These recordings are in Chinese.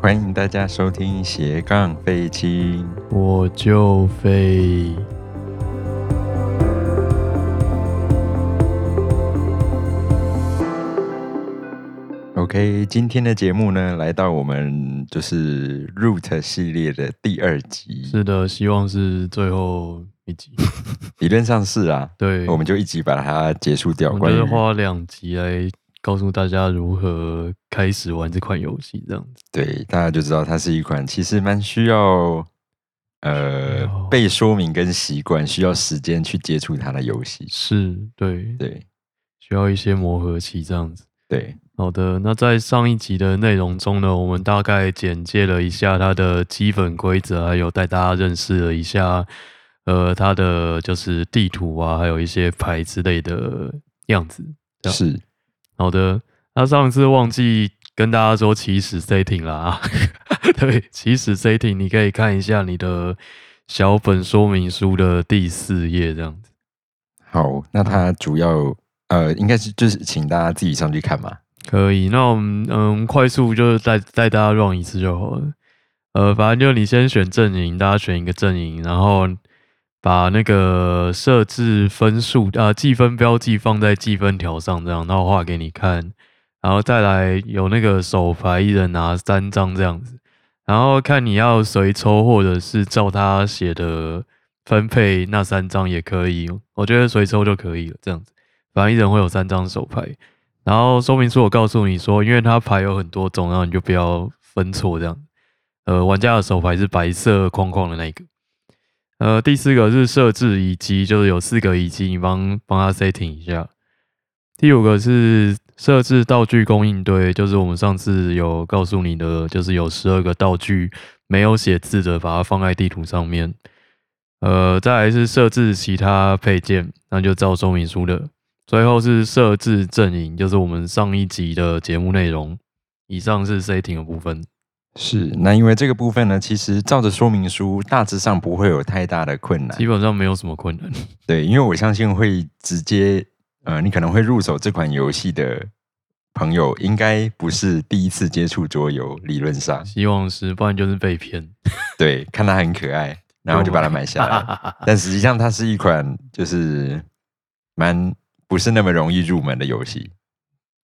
欢迎大家收听斜杠废青。我就飞。 OK，今天的节目呢，来到我们就是 Root 系列的第二集，是的，希望是最后 一集。理论上是啊，对，我们就一集把它结束掉。我关觉于得花两集来告诉大家如何开始玩这款游戏，这样子。对大家就知道，它是一款其实蛮需要需呃要被说明跟习惯，需要时间去接触它的游戏。是，对，对需要一些磨合期，这样子。对，好的，那在上一集的内容中呢，我们大概简介了一下它的基本规则，还有带大家认识了一下，呃，它的就是地图啊，还有一些牌之类的样子。这样是好的，那上次忘记跟大家说起始 setting 啦、 啊，对，起始 setting 你可以看一下你的小本说明书的第四页这样子。好。那它主要呃，应该是就是请大家自己上去看嘛。可以，那我们嗯，快速就是带带大家 run 一次就好了。呃，反正就你先选阵营，大家选一个阵营，然后把那个设置分数啊、计分标记放在计分条上，这样，然后画给你看，然后再来有那个手牌，一人拿三张这样子，然后看你要随抽或者是照他写的分配那三张也可以，我觉得随抽就可以了，这样子，反正一人会有三张手牌。然后说明书我告诉你说，因为它牌有很多种，然后你就不要分错这样。呃，玩家的手牌是白色框框的那一个。呃，第四个是设置遗迹，就是有四个遗迹，你帮帮他 setting 一下。第五个是设置道具供应堆，就是我们上次有告诉你的，就是有十二个道具没有写字的，把它放在地图上面。呃，再来是设置其他配件，那就照说明书的。最后是设置阵营，就是我们上一集的节目内容。以上是 setting 的部分。是，那因为这个部分呢，其实照着说明书，大致上不会有太大的困难基。本上没有什么困 难。对，因为我相信会直接，呃，你可能会入手这款游戏的朋友，应该不是第一次接触桌游，理论上，希望是，不然就是被骗。对，看它很可爱，然后就把它买下来。 但实际上，它是一款就是蛮不是那么容易入门的游戏。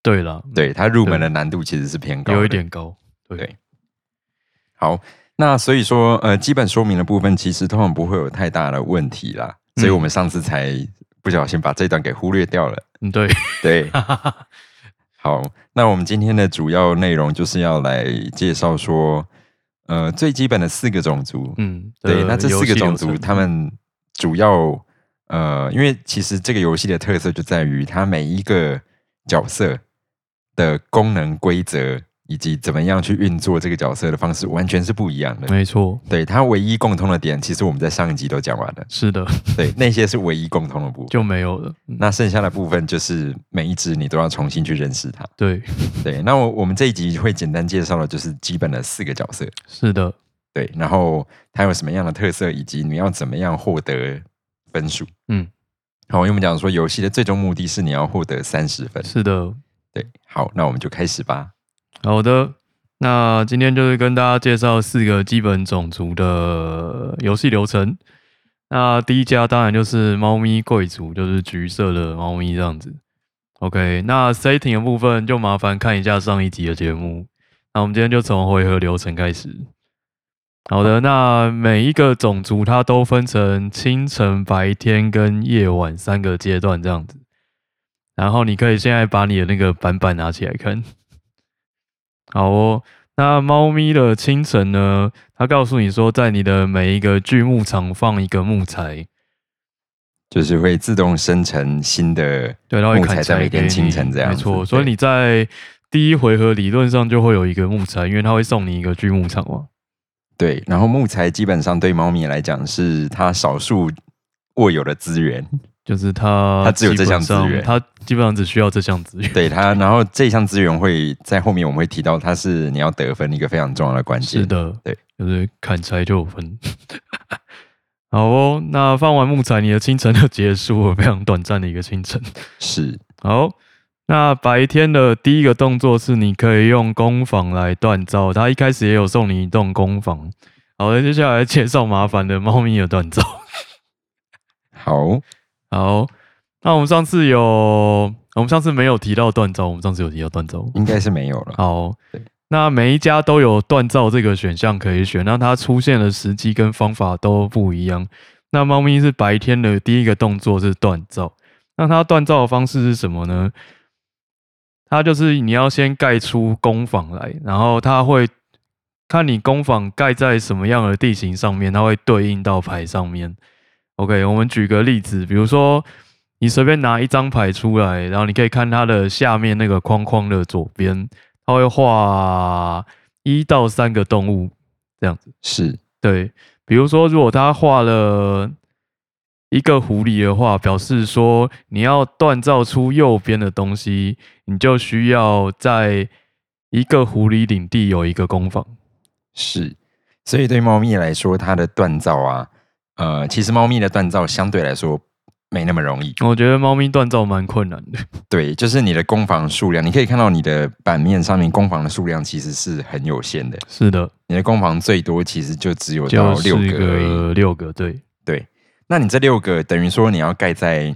对了，对，它入门的难度其实是偏高的，有一点高。对好，那所以说，呃，基本说明的部分其实通常不会有太大的问题啦，所以我们上次才不小心把这段给忽略掉了。嗯， 对，对， 好，那我们今天的主要内容就是要来介绍说，呃，最基本的四个种族。嗯，对，的那这游四戏个流种族程他们主要，呃，因为其实这个游戏的特色就在于它每一个角色的功能规则。以及怎么样去运作这个角色的方式完全是不一样的。没错，对它唯一共通的点，其实我们在上一集都讲完了。是的，对，那些是唯一共通的部分。就没有了。嗯那剩下的部分就是每一只你都要重新去认识它。对，对，那我我们这一集会简单介绍的就是基本的四个角色，是的，对，然后它有什么样的特色，以及你要怎么样获得分数。嗯，好，因为我们讲说游戏的最终目的是你要获得三十分。是的，对，好，那我们就开始吧。好的，那今天就是跟大家介绍四个基本种族的游戏流程。那第一家当然就是猫咪贵族，就是橘色的猫咪这样子。OK，那 setting 的部分就麻烦看一下上一集的节目。那我们今天就从回合流程开始。好的，那每一个种族它都分成清晨、白天跟夜晚三个阶段这样子。然后你可以现在把你的那个板板拿起来看。好哦，那猫咪的清晨呢？它告诉你说，在你的每一个锯木场放一个木材，就是会自动生成新的对，它会木砍材起在来每给天你。清晨这样没子。错，所以对你在第一回合理论上就会有一个木材，因为它会送你一个锯木场嘛。对，然后木材基本上对猫咪来讲是它少数握有的资源，就是它，它只有这项资源它基本上只需要这项资源。对它，然后这项资源会在后面我们会提到，它是你要得分一个非常重要的关键。是，的，对，就是砍柴就有分。 好哦，那放完木材，你的清晨就结束了，非常短暂的一个清晨。是好，那白天的第一个动作是你可以用工坊来锻造，它一开始也有送你一栋工坊。好的，接下来介绍麻烦的猫咪的锻造。好，好，那我们上次有，我们上次没有提到锻造，我们上次有提到锻造。应该是没有了。好对，那每一家都有锻造这个选项可以选，那它出现的时机跟方法都不一样。那猫咪是白天的第一个动作是锻造，那它锻造的方式是什么呢？它就是你要先盖出工坊来，然后它会看你工坊盖在什么样的地形上面，它会对应到牌上面。OK，我们举个例子，比如说你随便拿一张牌出来，然后你可以看它的下面那个框框的左边，它会画一到三个动物这样子。是对，比如说，如果他画了一个狐狸的话，表示说你要锻造出右边的东西，你就需要在一个狐狸领地有一个工坊。是，所以对猫咪来说，它的锻造啊，呃，其实猫咪的锻造相对来说没那么容易。我觉得猫咪锻造蛮困难的。对，就是你的攻防数量，你可以看到你的版面上面攻防的数量其实是很有限的。是的，你的攻防最多其实就只有到就六是个而已。个六个，对，那你这六个等于说你要盖在，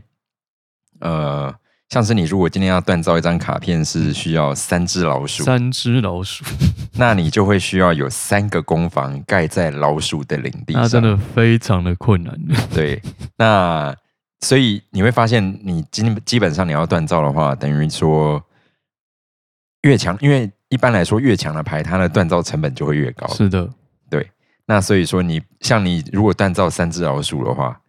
呃，像是你如果今天要锻造一张卡片是需要三只老鼠，嗯三只老鼠，那你就会需要有三个攻防盖在老鼠的领地上。那啊真的非常的困难。对，那所以你会发现，你基基本上你要锻造的话，等于说越强，因为一般来说越强的牌，它的锻造成本就会越高。是的，那所以说你，像你如果锻造三只老鼠的话，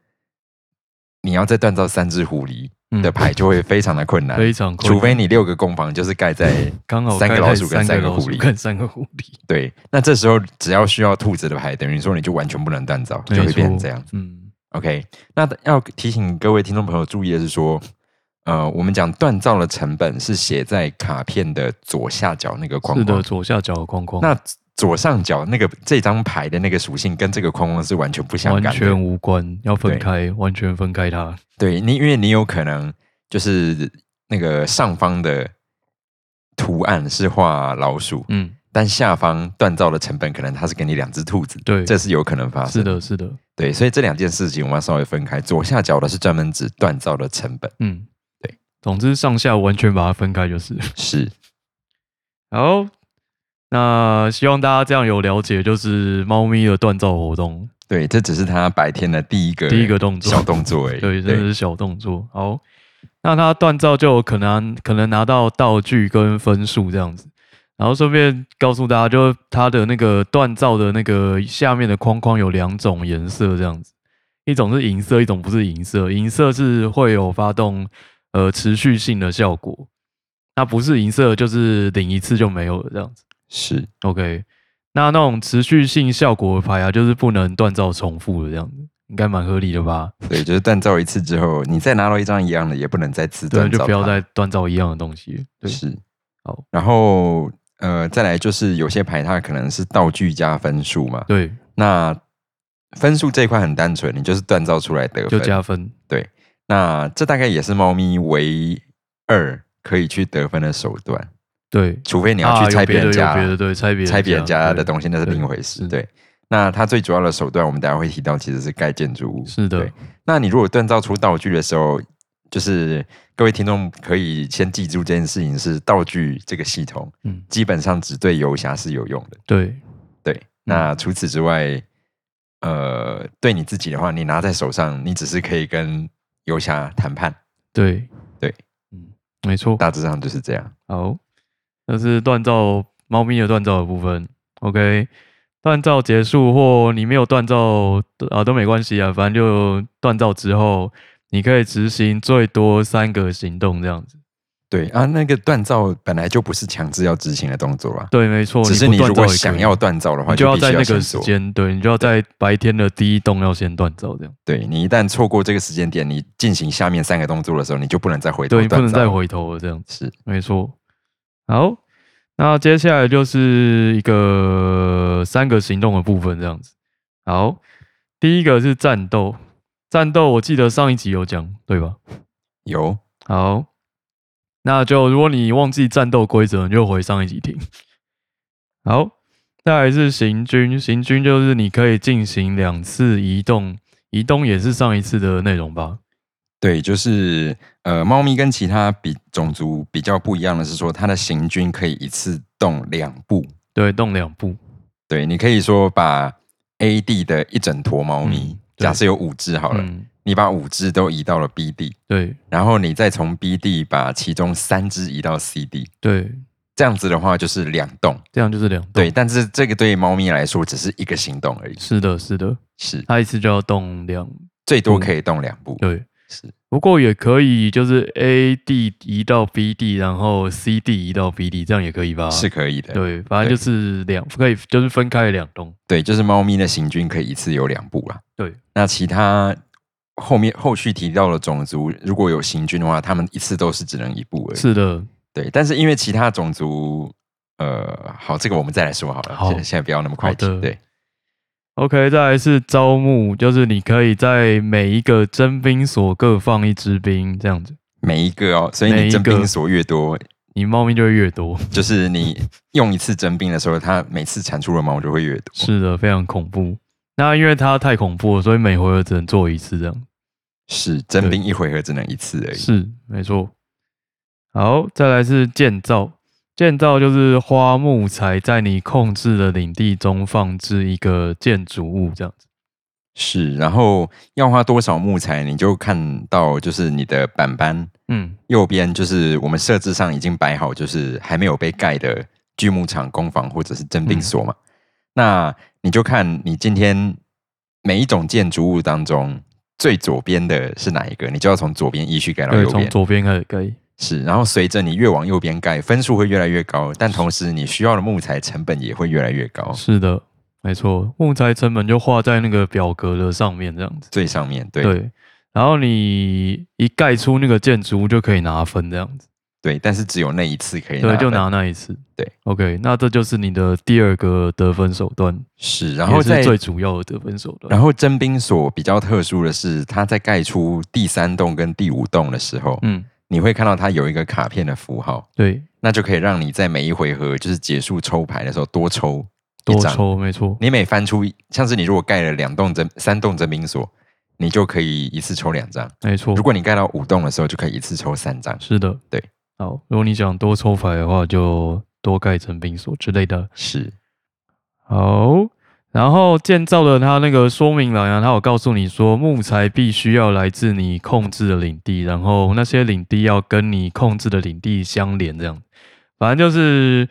你要再锻造三只狐狸嗯的牌就会非常的困难，非常困难，除非你六个攻防就是盖在刚好三个盖在老鼠跟三三个个老狐鼠狸跟三个狐狸。对，那这时候只要需要兔子的牌，等于说你就完全不能锻造，就会变成这样。嗯， OK，那要提醒各位听众朋友注意的是说，呃，我们讲锻造的成本是写在卡片的左下角那个框是的，框，左下角的框框，那左上角那个这张牌的那个属性跟这个框框是完全不相完干的。全无关，要分对开，完全分开它。对你，因为你有可能就是那个上方的图案是画老鼠，嗯，但下方锻造的成本可能它是给你两只兔子，对，这是有可能发生。是，的，是的，对，所以这两件事情我们要稍微分开。左下角的是专门指锻造的成本，嗯，对。总之，上下完全把它分开就是。 是。好，那希望大家这样有了解，就是猫咪的锻造活动，对，这只是他白天的第一个第一个动作小动作而已。对，这是小动作。好，那它锻造就有可能可能拿到道具跟分数这样子。然后顺便告诉大家，就是它的那个锻造的那个下面的框框有两种颜色这样子，一种是银色，一种不是银色。银色是会有发动呃持续性的效果，那不是银色就是领一次就没有了这样子。是 OK，那那种持续性效果的牌啊，就是不能锻造重复的这样子，应该蛮合理的吧？对，就是锻造一次之后，你再拿到一张一样的，也不能再次锻对，造，就不要再锻造一样的东西。对，是好。然后呃，再来就是有些牌它可能是道具加分数嘛，对，那分数这一块很单纯，你就是锻造出来得就分。加分。那这大概也是猫咪唯二可以去得分的手段，对，除非你要啊去拆别人家有别的，有别的对，拆别拆别人家的对东西，那是对另一回事。是对，那它最主要的手段，我们等一下会提到，其实是盖建筑物。是的对，那你如果锻造出道具的时候，就是各位听众可以先记住这件事情是道具这个系统嗯，基本上只对游侠是有用的。对，对，那嗯除此之外，呃，对你自己的话，你拿在手上，你只是可以跟游侠谈判，对，对，嗯，没错。大致上就是这样。好，这是锻造猫咪的锻造的部分。OK，锻造结束或你没有锻造啊都没关系啊，反正就锻造之后，你可以执行最多三个行动这样子。对啊，那个锻造本来就不是强制要执行的动作啦，对，没错。只是不你锻如造果也可以想要锻造的话，你就要必须在那先个时做。间，对哦你就要在白天的第一栋要先锻造这样，对你一旦错过这个时间点，你进行下面三个动作的时候，你就不能再回头锻对你造，不能再回头了这样，是没错。好，那接下来就是一个三个行动的部分这样子。好，第一个是战斗，战斗我记得上一集有讲对吧？有好，那就如果你忘记战斗规则，你就回上一集听。好，再来是行军，行军就是你可以进行两次移动，移动也是上一次的内容吧？对，就是呃，猫咪跟其他比种族比较不一样的是说，它的行军可以一次动两步。对，动两步，对你可以说把 A 地的一整坨猫咪，嗯对假设有五只好了，嗯，你把五只都移到了 B 地，对然后你再从 B 地把其中三只移到 C 地，对，这样子的话就是两动。这样就是两动。对，，但是这个对猫咪来说只是一个行动而已，是的，是的，是它一次就要动两，最多可以动两步。对，是不过也可以，就是 A 地移到 B 地，然后 C 地移到 B 地，这样也可以吧？是，可以的。啊对，反正就是两可以，就是分开两栋。对，就是猫咪的行军可以一次有两步啦。对，那其他后面后续提到的种族，如果有行军的话，他们一次都是只能一步而已。是的，对，但是因为其他种族，呃，好，这个我们再来说好了。好现在现在不要那么快好提的。对， OK，再来是招募，就是你可以在每一个征兵所各放一支兵，这样子，每一个哦，所以每一你个征兵所越多，你猫咪就会越哦多。就是你用一次征兵的时候，它每次产出的毛就会越多。是的，非常恐怖。那因为它太恐怖了，所以每回合只能做一次这样。是，征兵一回合只能一次而已。是，没错。好，再来是建造，建造就是花木材在你控制的领地中放置一个建筑物这样子。是，然后要花多少木材，你就看到就是你的板板嗯，右边，就是我们设置上已经摆好，就是还没有被盖的锯木厂、工坊或者是征嗯兵所嘛。那你就看你今天每一种建筑物当中最左边的是哪一个，你就要从左边依序盖到对，右从边。左边开始盖。是，然后随着你越往右边盖，分数会越来越高，但同时你需要的木材成本也会越来越高。是的，没错，木材成本就画在那个表格的上面这样子。最上面对对，然后你一盖出那个建筑物就可以拿分这样子。对但是只有那一次可以对，拿就分拿那一次。对，OK，那这就是你的第二个得分手段，是，然后也再是最主要的得分手段。然后征兵所比较特殊的是，它在盖出第三栋跟第五栋的时候，嗯，你会看到它有一个卡片的符号，对，那就可以让你在每一回合就是结束抽牌的时候多抽一多张。抽，没错，你每翻出一，像是你如果盖了两栋征三栋征兵所，你就可以一次抽两张；没错如，果你盖到五栋的时候，就可以一次抽三张。是的，对。好，如果你想多抽牌的话，就多盖成冰锁之类的。是好，然后建造的它那个说明栏啊，它有告诉你说，木材必须要来自你控制的领地，然后那些领地要跟你控制的领地相连，这样。反正就是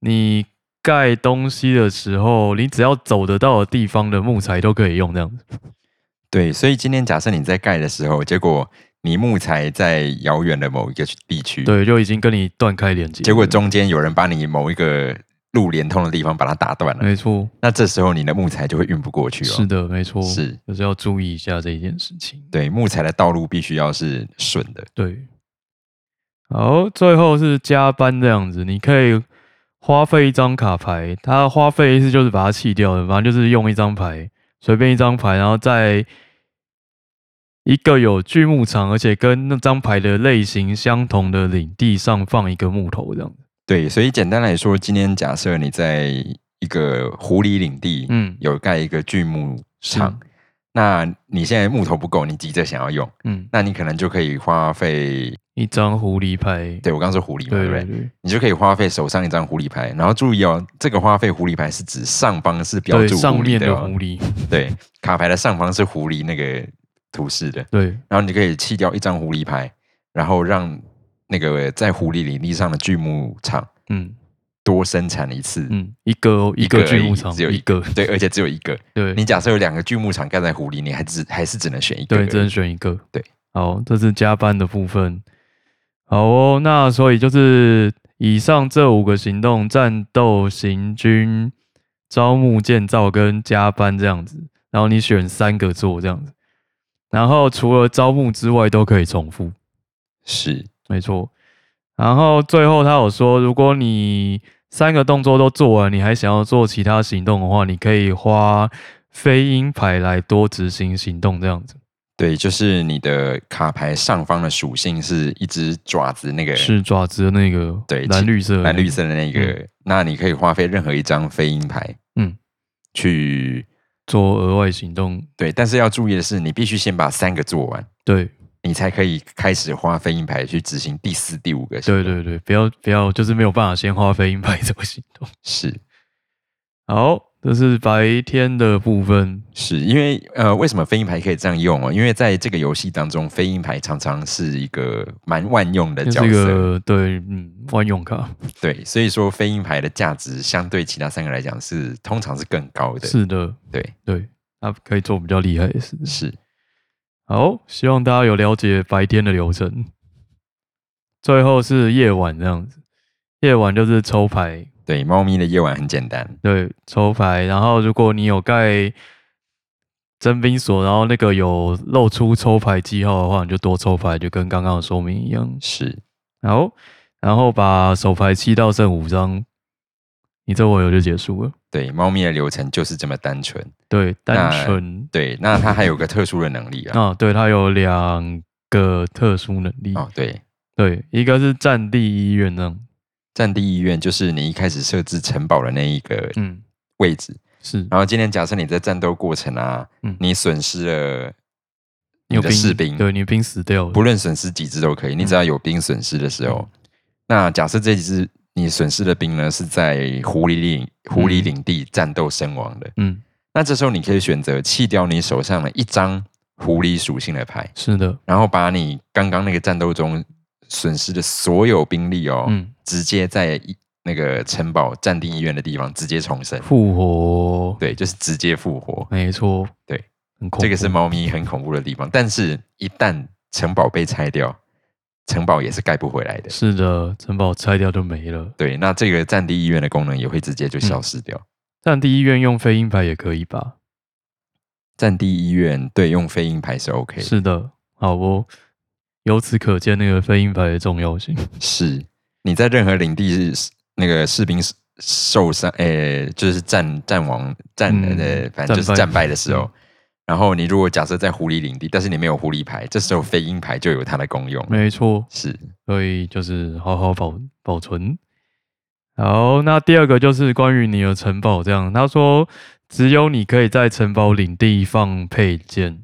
你盖东西的时候，你只要走得到的地方的木材都可以用，这样子。对，所以今天假设你在盖的时候，结果你木材在遥远的某一个地区，对，就已经跟你断开连接。结果，中间有人把你某一个路连通的地方把它打断了，没错，那这时候你的木材就会运不过去哦。是的，没错，是就是要注意一下这一件事情。对，木材的道路必须要是顺的。对，好，最后是加班这样子，你可以花费一张卡牌，它花费意思就是把它弃掉了，反正就是用一张牌，随便一张牌，然后在一个有锯木场，而且跟那张牌的类型相同的领地上放一个木头这样子。对，所以简单来说，今天假设你在一个狐狸领地，嗯有盖一个锯木厂，那你现在木头不够，你急着想要用，嗯，那你可能就可以花费，一张狐狸牌。对我刚刚说狐狸嘛，对对不对对？对，你就可以花费手上一张狐狸牌，然后注意哦，这个花费狐狸牌是指上方是标对注上狐狸面的、的哦，狐狸，对，卡牌的上方是狐狸那个图示的，对然后你就可以弃掉一张狐狸牌，然后让那个在狐狸领地上的锯木厂嗯多生产一次。嗯，一个哦一一个个锯而已木场，只有一一个，对，而且只有一个。对，你假设有两个锯木厂盖在狐狸，你还只还是只能选一个而对，已。只能选一个。对，好，这是加班的部分。好哦，那所以就是以上这五个行动：战斗、行军、招募、建造跟加班这样子。然后你选三个做这样子。然后除了招募之外，都可以重复。是没错。然后最后他有说，如果你三个动作都做完，你还想要做其他行动的话，你可以花飞鹰牌来多执行行动这样子。对，就是你的卡牌上方的属性是一只爪子，那个是爪子的那个，对蓝绿色的，蓝绿色的那个，嗯那你可以花费任何一张飞鹰牌，嗯，去做额外行动，对，但是要注意的是，你必须先把三个做完，对你才可以开始花飞鹰牌去执行第四、第五个行对动。对对，不要不要，就是没有办法先花费鹰牌做行动。是好，这是白天的部分，是，因为呃，为什么飞鹰牌可以这样用哦？因为在这个游戏当中，飞鹰牌常常是一个蛮万用的这角是一色，个对，嗯，万用卡对，所以说飞鹰牌的价值相对其他三个来讲是通常是更高的，是的，对，对，它可以做比较厉害的事。是好，希望大家有了解白天的流程。最后是夜晚这样子，夜晚就是抽牌，对。猫咪的夜晚很简单，对，抽牌。然后如果你有盖征兵所，然后那个有露出抽牌记号的话，你就多抽牌，就跟刚刚的说明一样。是好，然后把手牌七到剩五张，你这回合就结束了。对，猫咪的流程就是这么单纯。对，单那纯对，那它还有个特殊的能力啊。啊，对，它有两个特殊能力，哦，对，对，一个是战地医院这样，战地意愿就是你一开始设置城堡的那一个嗯，位置，是然后今天假设你在战斗过程啊，嗯你损失了你有的士兵，对，嗯你兵死掉了，不论损失几只都可以，你只要有兵损失的时候，嗯那假设这几只你损失的兵呢是在狐狸领狐狸嗯领地战斗身亡的，嗯，那这时候你可以选择弃掉你手上的一张狐狸属性的牌，是的，然后把你刚刚那个战斗中损失的所有兵力哦，嗯，直接在一那个城堡暂定医院的地方直接重生，复活，对，就是直接复活。没错，对，很恐怖，这个是猫咪很恐怖的地方，但是一旦城堡被拆掉，城堡也是盖不回来的。是的，城堡拆掉就没了。对，那这个战地医院的功能也会直接就消失掉。嗯战地医院用飞鹰牌也可以吧？战地医院对用飞鹰牌是 OK 的，是的，好哦。由此可见，那个飞鹰牌的重要 性。是你在任何领地是那个士兵是受伤，诶、就是战战亡战嗯呃，反正就是战败战败的时候。然后你如果假设在狐狸领地，但是你没有狐狸牌，这时候飞鹰牌就有它的功用。没错，是所以就是好好保保存。好，那第二个就是关于你的城堡，这样他说只有你可以在城堡领地放配件，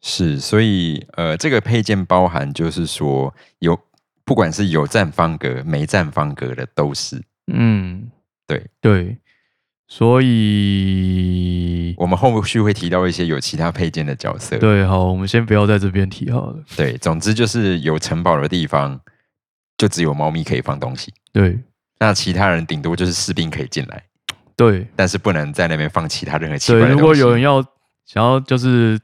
是，所以呃，这个配件包含就是说有，不管是有占方格、没占方格的都是。嗯，对对，所以我们后续会提到一些有其他配件的角色。对，好，我们先不要在这边提好了。对总之就是有城堡的地方，就只有猫咪可以放东西，对那其他人顶多就是士兵可以进来，对但是不能在那边放其他任何奇怪的对，东西。如果有人要想要就是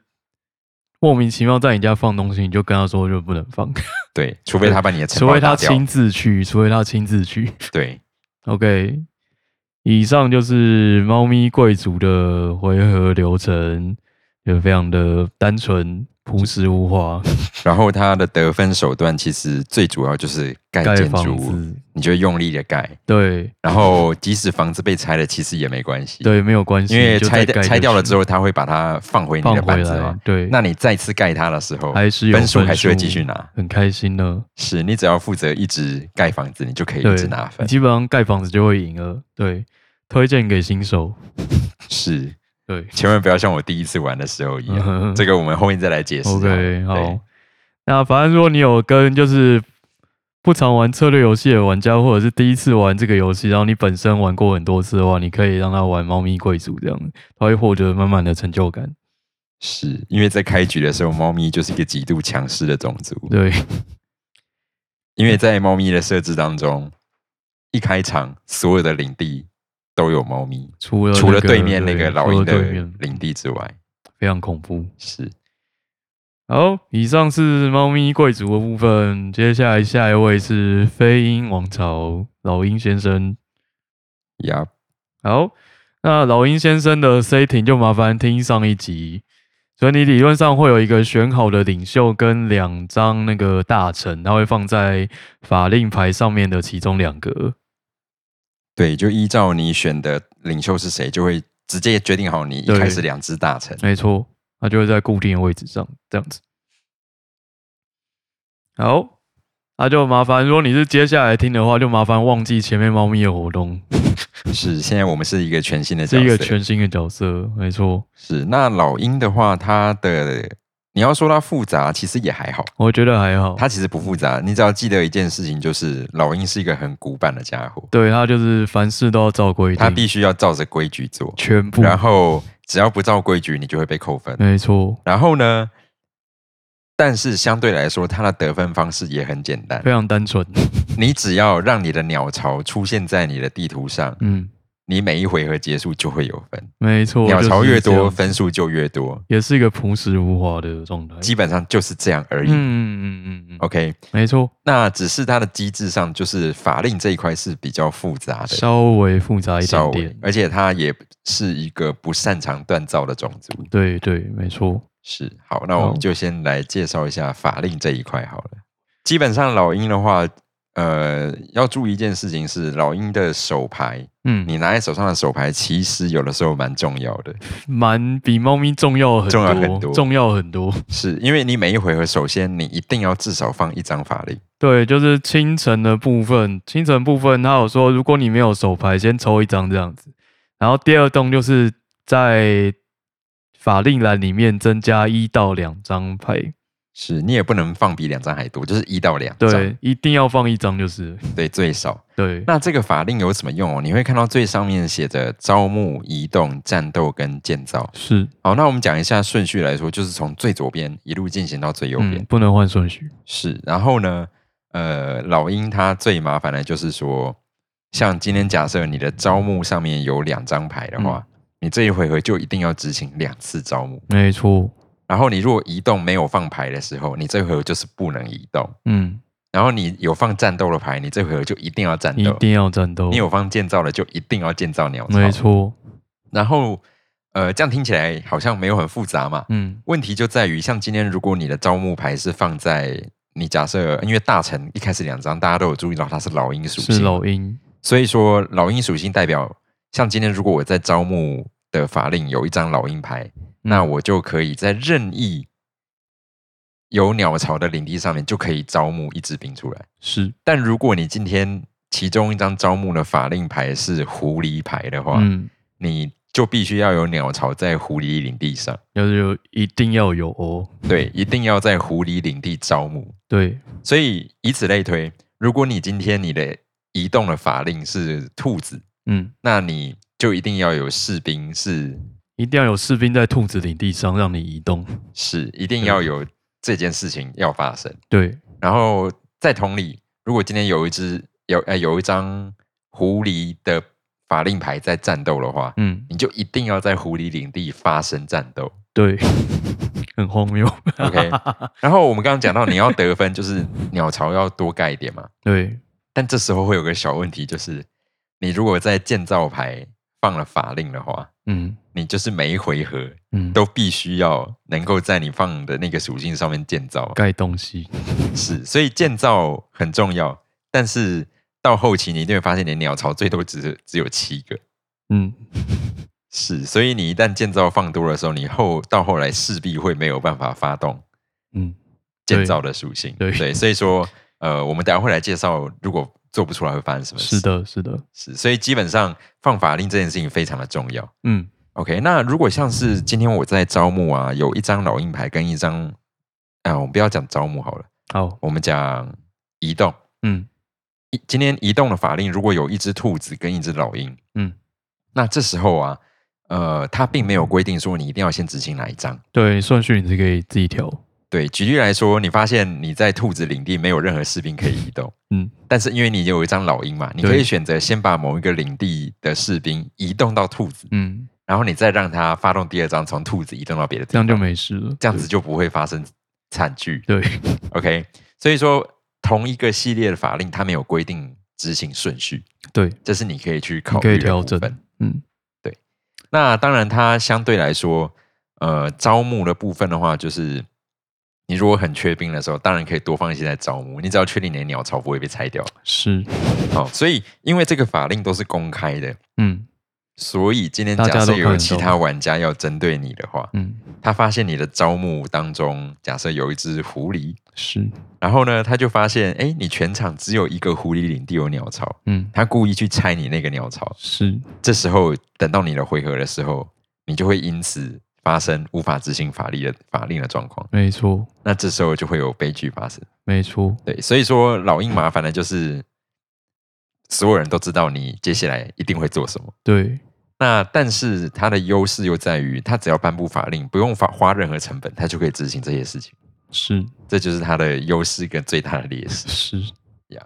莫名其妙在你家放东西，你就跟他说就不能 放，对，除非他把你的城除堡非打他掉。亲自去，除非他亲自去。对， OK，以上就是猫咪贵族的回合流程，也非常的单纯、朴实无华，然后他的得分手段其实最主要就是盖盖建筑房物，子，你就用力的盖，对然后即使房子被拆了，其实也没关系。对，没有关系，因为就拆再盖掉就拆掉了行之后，它会把它放回你放的回板子嘛来，。啊对，那你再次盖它的时候，还是有分数还是会分继续数拿。很开心呢，是你只要负责一直盖房子，你就可以对一直拿，分你。基本上盖房子就会赢了，对，推荐给新手，是，对，千万不要像我第一次玩的时候一样。嗯这个我们后面再来解释啊。 OK，对好。那反正如果你有跟就是不常玩策略游戏的玩家，或者是第一次玩这个游戏，然后你本身玩过很多次的话，你可以让他玩猫咪贵族这样，他会获得满满的成就感。是因为在开局的时候，猫咪就是一个极度强势的种族。对，因为在猫咪的设置当中，一开场所有的领地都有猫咪，除了除那了个对面那个老鹰除了的哎对面领地之外，非常恐怖。是好，以上是猫咪贵族的部分，接下来下一位是飞鹰王朝老鹰先生。呀，好，那老鹰先生的 setting 就麻烦听上一集，所以你理论上会有一个选好的领袖跟两张那个大臣，他会放在法令牌上面的其中两格。对，就依照你选的领袖是谁，就会直接决定好你一对开始两只大臣。没错，它就会在固定的位置上这样子。好，那就麻烦，如果你是接下来听的话，就麻烦忘记前面猫咪的活 动，是现在我们是一个全新的角是色，一个全新的角色，没错。是那老鹰的话，它的你要说它复杂，其实也还好，我觉得还好，它其实不复杂。你只要记得一件事情，就是老鹰是一个很古板的家伙，对他就是凡事都要照规它定，必须要照着规矩做，全部，然后只要不照规矩，你就会被扣分。没错，然后呢，但是相对来说，它的得分方式也很简单非，常单纯。你只要让你的鸟巢出现在你的地图上，嗯，你每一回合结束就会有分，没错，鸟巢就是越这多样分数就越多，也是一个朴实无华的状态。基本上就是这样而嗯已。嗯嗯嗯嗯， OK，没错，那只是它的机制上，就是法令这一块是比较复杂的，稍微复杂一稍点微点，。而且它也是一个不擅长锻造的种族。对对，没错。是，好，那我好们就先来介绍一下法令这一块好了。基本上老鹰的话，呃，要注意一件事情是，老鹰的手牌，嗯，你拿在手上的手牌，其实有的时候蛮重要的，蛮比猫咪重要很多，重要很多重要很多。是因为你每一回合，首先你一定要至少放一张法令，对，就是清晨的部分，清晨部分他有说，如果你没有手牌，先抽一张这样子。然后第二栋就是在法令栏里面增加一到两张牌，是你也不能放比两张还多，就是一到两张，对，一定要放一张就是，对，最少。对，那这个法令有什么用哦？你会看到最上面写着招募、移动、战斗跟建造。是，好，那我们讲一下顺序来说，就是从最左边一路进行到最右边。嗯，不能换顺序，是，然后呢，呃，老鹰它最麻烦的就是说，像今天假设你的招募上面有两张牌的嗯话，你这一回合就一定要执行两次招募。没错，然后你如果移动没有放牌的时候，你这回合就是不能移动。嗯，然后你有放战斗的牌，你这回合就一定要战一斗；定要战斗你，有放建造的，就一定要建造鸟巢。没错，然后，呃，这样听起来好像没有很复杂嘛。嗯，问题就在于，像今天如果你的招募牌是放在你假设，因为大臣一开始两张大家都有注意到它是老鹰属是性，老鹰，所以说老鹰属性代表，像今天如果我在招募的法令有一张老鹰牌，那嗯我就可以在任意有鸟巢的领地上面就可以招募一支兵出来。是，但如果你今天其中一张招募的法令牌是狐狸牌的话，嗯，你就必须要有鸟巢在狐狸领地上。要有一定要有哦，对，一定要在狐狸领地招募。对，所以以此类推，如果你今天你的移动的法令是兔子，嗯，那你就一定要有士兵是一定要有士兵在兔子领地上让你移动，是，一定要有这件事情要发生。对，然后在同理，如果今天有一只有呃有一张狐狸的法令牌在战斗的话，嗯，你就一定要在狐狸领地发生战斗。对， 很荒谬， OK，然后我们刚刚讲到你要得分，就是鸟巢要多盖一点嘛。对，但这时候会有个小问题，就是你如果在建造牌放了法令的话，嗯你就是每一回合嗯，都必须要能够在你放的那个属性上面建造，啊盖东西，是，所以建造很重要。但是到后期你一定会发现，你的鸟巢最多只是只有七个，嗯，是，所以你一旦建造放多的时候，你后到后来势必会没有办法发动嗯，建造的属性，对所以说呃，我们等一下会来介绍，如果做不出来会发生什么事是。的，是的，是，所以基本上放法令这件事情非常的重要。嗯 OK，那如果像是今天我在招募啊，有一张老鹰牌跟一张，啊，我们不要讲招募好了，好，我们讲移动。嗯一今天移动的法令如果有一只兔子跟一只老鹰，嗯，那这时候啊，呃，它并没有规定说你一定要先执行哪一张。对，顺序你是可以自己调，对，举例来说，你发现你在兔子领地没有任何士兵可以移动，嗯，但是因为你有一张老鹰嘛，你可对以选择先把某一个领地的士兵移动到兔子，嗯，然后你再让它发动第二张，从兔子移动到别的地这方，样就没事了，这样子就不会发生惨剧。对， OK，所以说同一个系列的法令，它没有规定执行顺序，对，这是你可以去考你虑可以的调部整分。，嗯那当然，它相对来说，呃，招募的部分的话，就是你如果很缺兵的时候，当然可以多放一些在招募，你只要确定你的鸟巢不会被拆掉。是，好，所以因为这个法令都是公开的，嗯所以今天大家假都设看有得其到他玩家要针对你的话，嗯，他发现你的招募当中，假设有一只狐狸，是，然后呢，他就发现，哎，你全场只有一个狐狸领地有鸟巢，嗯，他故意去拆你那个鸟巢。是，这时候等到你的回合的时候，你就会因此发生无法执行法律的法令的状况。没错，那这时候就会有悲剧发生。没错，对，所以说老鹰麻烦的就是，所有人都知道你接下来一定会做什么。对，那但是它的优势又在于，它只要颁布法令，不用花花任何成本，它就可以执行这些事情。是，这就是它的优势跟最大的劣 势。是 Yeah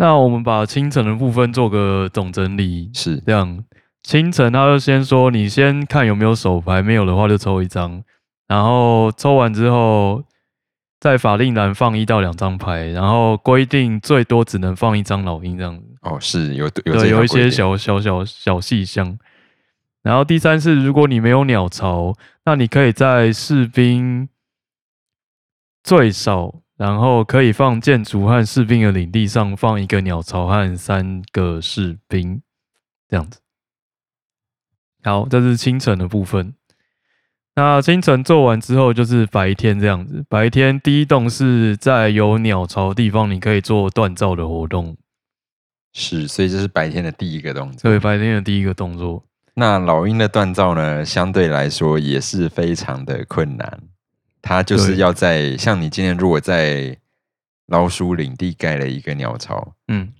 那我们把清晨的部分做个总整理，是这样，清晨他就先说，你先看有没有手牌，没有的话就抽一张，然后抽完之后，在法令栏放一到两张牌，然后规定最多只能放一张老鹰这样子。哦，是有有这对，有一条规些定小小小小细项。然后第三是，如果你没有鸟巢，那你可以在士兵最少，然后可以放建筑和士兵的领地上放一个鸟巢和三个士兵，这样子。好，这是清晨的部分。那清晨做完之后就是白天这样子。白天第一栋是在有鸟巢的地方，你可以做锻造的活动，是，所以这是白天的第一个动作。对，白天的第一个动作。那老鹰的锻造呢，相对来说也是非常的困难。它就是对要在像你今天如果在老鼠领地盖了一个鸟巢，嗯，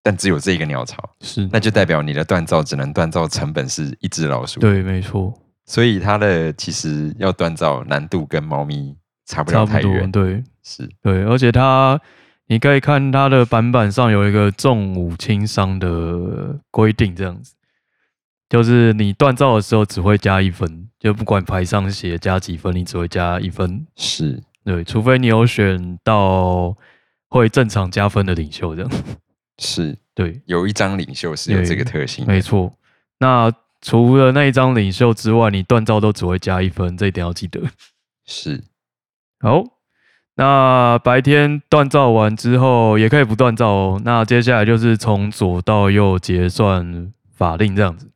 但只有这一个鸟巢，是，那就代表你的锻造只能锻造成本是一只老鼠。，对，没错，所以它的其实要锻造难度跟猫咪差不差了不太多，远。对是对，而且它，你可以看它的版本上有一个重武轻伤的规定，这样子，就是你锻造的时候只会加一分，就不管牌上写加几分，你只会加一分，是，对，除非你有选到会正常加分的领袖，这样，是对，有一张领袖是有这个特性的，没错。那除了那一张领袖之外，你锻造都只会加一分，这一点要记得。是好，那白天锻造完之后，也可以不锻造哦。那接下来就是从左到右结算法令这样子。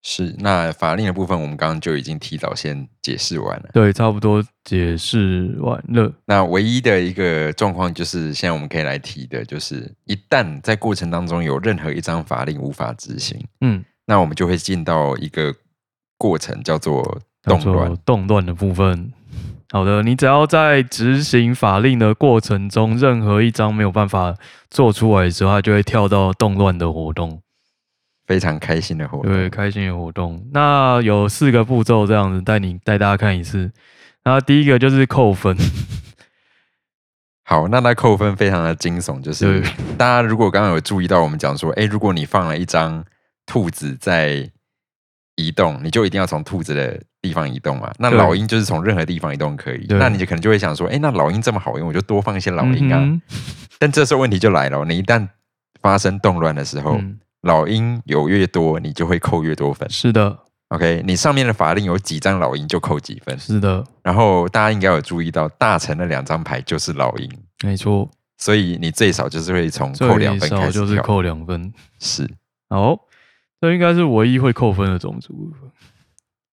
是。那法令的部分，我们刚刚就已经提早先解释完了。对，差不多解释完了。那唯一的一个状况就是，现在我们可以来提的，就是一旦在过程当中有任何一张法令无法执行，嗯，那我们就会进到一个过程，叫做动叫做乱。动乱的部分。好的，你只要在执行法令的过程中，任何一张没有办法做出来的时候，它就会跳到动乱的活动。非常开心的活动。对，开心的活动。那有四个步骤这样子，带你带大家看一次。嗯那第啊一个就是扣分，好，那它扣分非常的惊悚，就是对大家如果刚刚有注意到，我们讲说，哎，如果你放了一张兔子在移动，你就一定要从兔子的地方移动嘛。那对老鹰就是从任何地方移动可以，对那你就可能就会想说，哎，那老鹰这么好用，我就多放一些老鹰啊。嗯但这时候问题就来了，你一旦发生动乱的时哼候，嗯老鹰有越多，你就会扣越多分。是的， OK，你上面的法令有几张老鹰就扣几分。是的，然后大家应该有注意到，大臣的两张牌就是老鹰，没错，所以你最少就是会从扣两最分开始少就是跳。扣两分。是好，这应该是唯一会扣分的种族，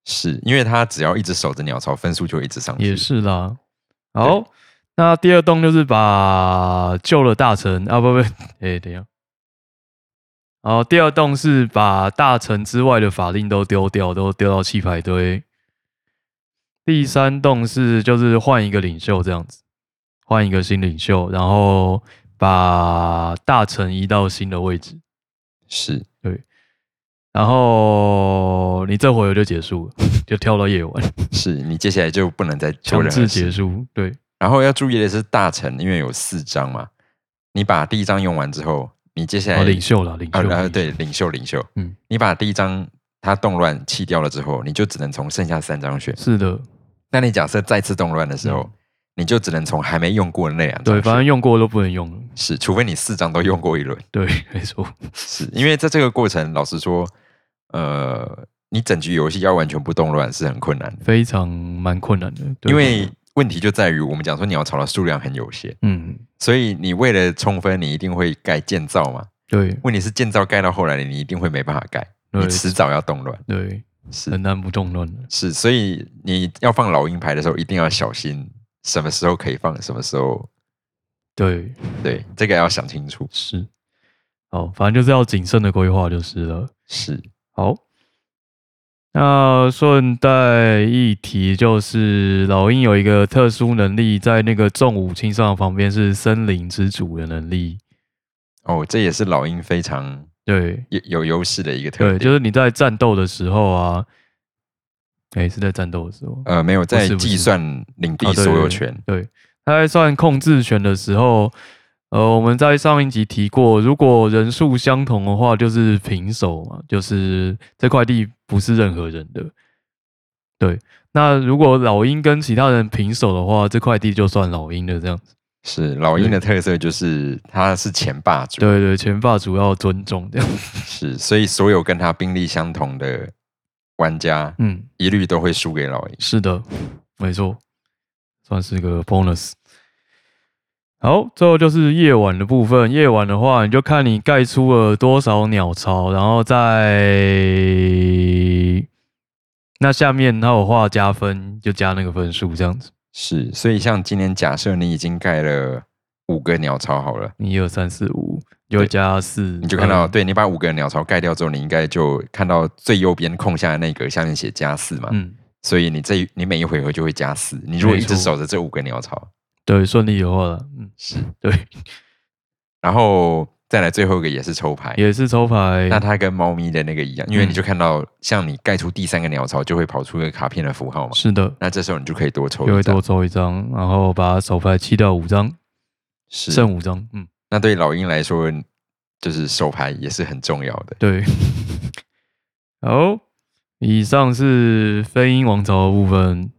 是，因为他只要一直守着鸟巢，分数就会一直上去。也是啦。好，那第二栋就是把救了大臣啊，不 不，哎、等一下。好，第二栋是把大臣之外的法令都丢掉，都丢到弃牌堆。第三栋是就是换一个领袖这样子，换一个新领袖，然后把大臣移到新的位置。是然后你这回合就结束了， 就跳到夜晚，是，你接下来就不能再做强任制何结事。束。对，然后要注意的是，大臣因为有四张嘛，你把第一张用完之后，你接下啊，来领袖了，领啊袖。啊，领对，袖领袖领袖，嗯你把第一张他动乱弃掉了之后，你就只能从剩下三张选。是的，那你假设再次动乱的时候，嗯你就只能从还没用过的那两张对，选。反正用过都不能用了。是，除非你四张都用过一轮。对， 没错，是因为在这个过程，老实说，呃，你整局游戏要完全不动乱是很困难的，非常蛮困难的。对因为问题就在于我们讲说鸟巢的数量很有限，嗯，所以你为了冲分，你一定会盖建造嘛。对，问题是建造盖到后来，你一定会没办法盖，你对迟早要动乱。对，是很难不动乱的。是，所以你要放老鹰牌的时候，一定要小心什么时候可以放，什么时候对，对，这个要想清楚。是，好，反正就是要谨慎的规划就是了。是，好，那顺带一提，就是老鹰有一个特殊能力，在那个重武青上旁边是森林之主的能力。哦，这也是老鹰非常对有有优势的一个特对，点。就是你在战斗的时候啊，哎、是在战斗的时候，呃，没有在不是计算领地啊对所有权，对对，他在算控制权的时候，呃，我们在上一集提过，如果人数相同的话，就是平手嘛，就是这块地不是任何人的。对，那如果老鹰跟其他人平手的话，这块地就算老鹰的这样子。是老鹰的特色，就是它是前霸主，对对，前霸主要尊重这样子。是，所以所有跟他兵力相同的玩家，嗯，一律都会输给老鹰。是的，没错，算是个 bonus。好，最后就是夜晚的部分。夜晚的话，你就看你盖出了多少鸟巢，然后在那下面它有画加分，就加那个分数这样子。是，所以像今年假设你已经盖了五个鸟巢好了，你一二三四五，就会对加四，你就看到，嗯对你把五个鸟巢盖掉之后，你应该就看到最右边空下的那格下面写加四嘛，嗯，所以你这一你每一回合就会加四。你如果没一直错守着这五个鸟巢，对，顺利的话了，嗯，是，对，然后再来最后一个也是抽牌，也是抽牌，那它跟猫咪的那个一样，因为嗯你就看到像你盖出第三个鸟巢就会跑出一个卡片的符号嘛，嗯是的，那这时候你就可以多抽就一会张多，抽一张，然后把手牌七到五张，是。剩五张，嗯。那对老鹰来说，就是手牌也是很重要的。对， 好，以上是飞鹰王朝的部分。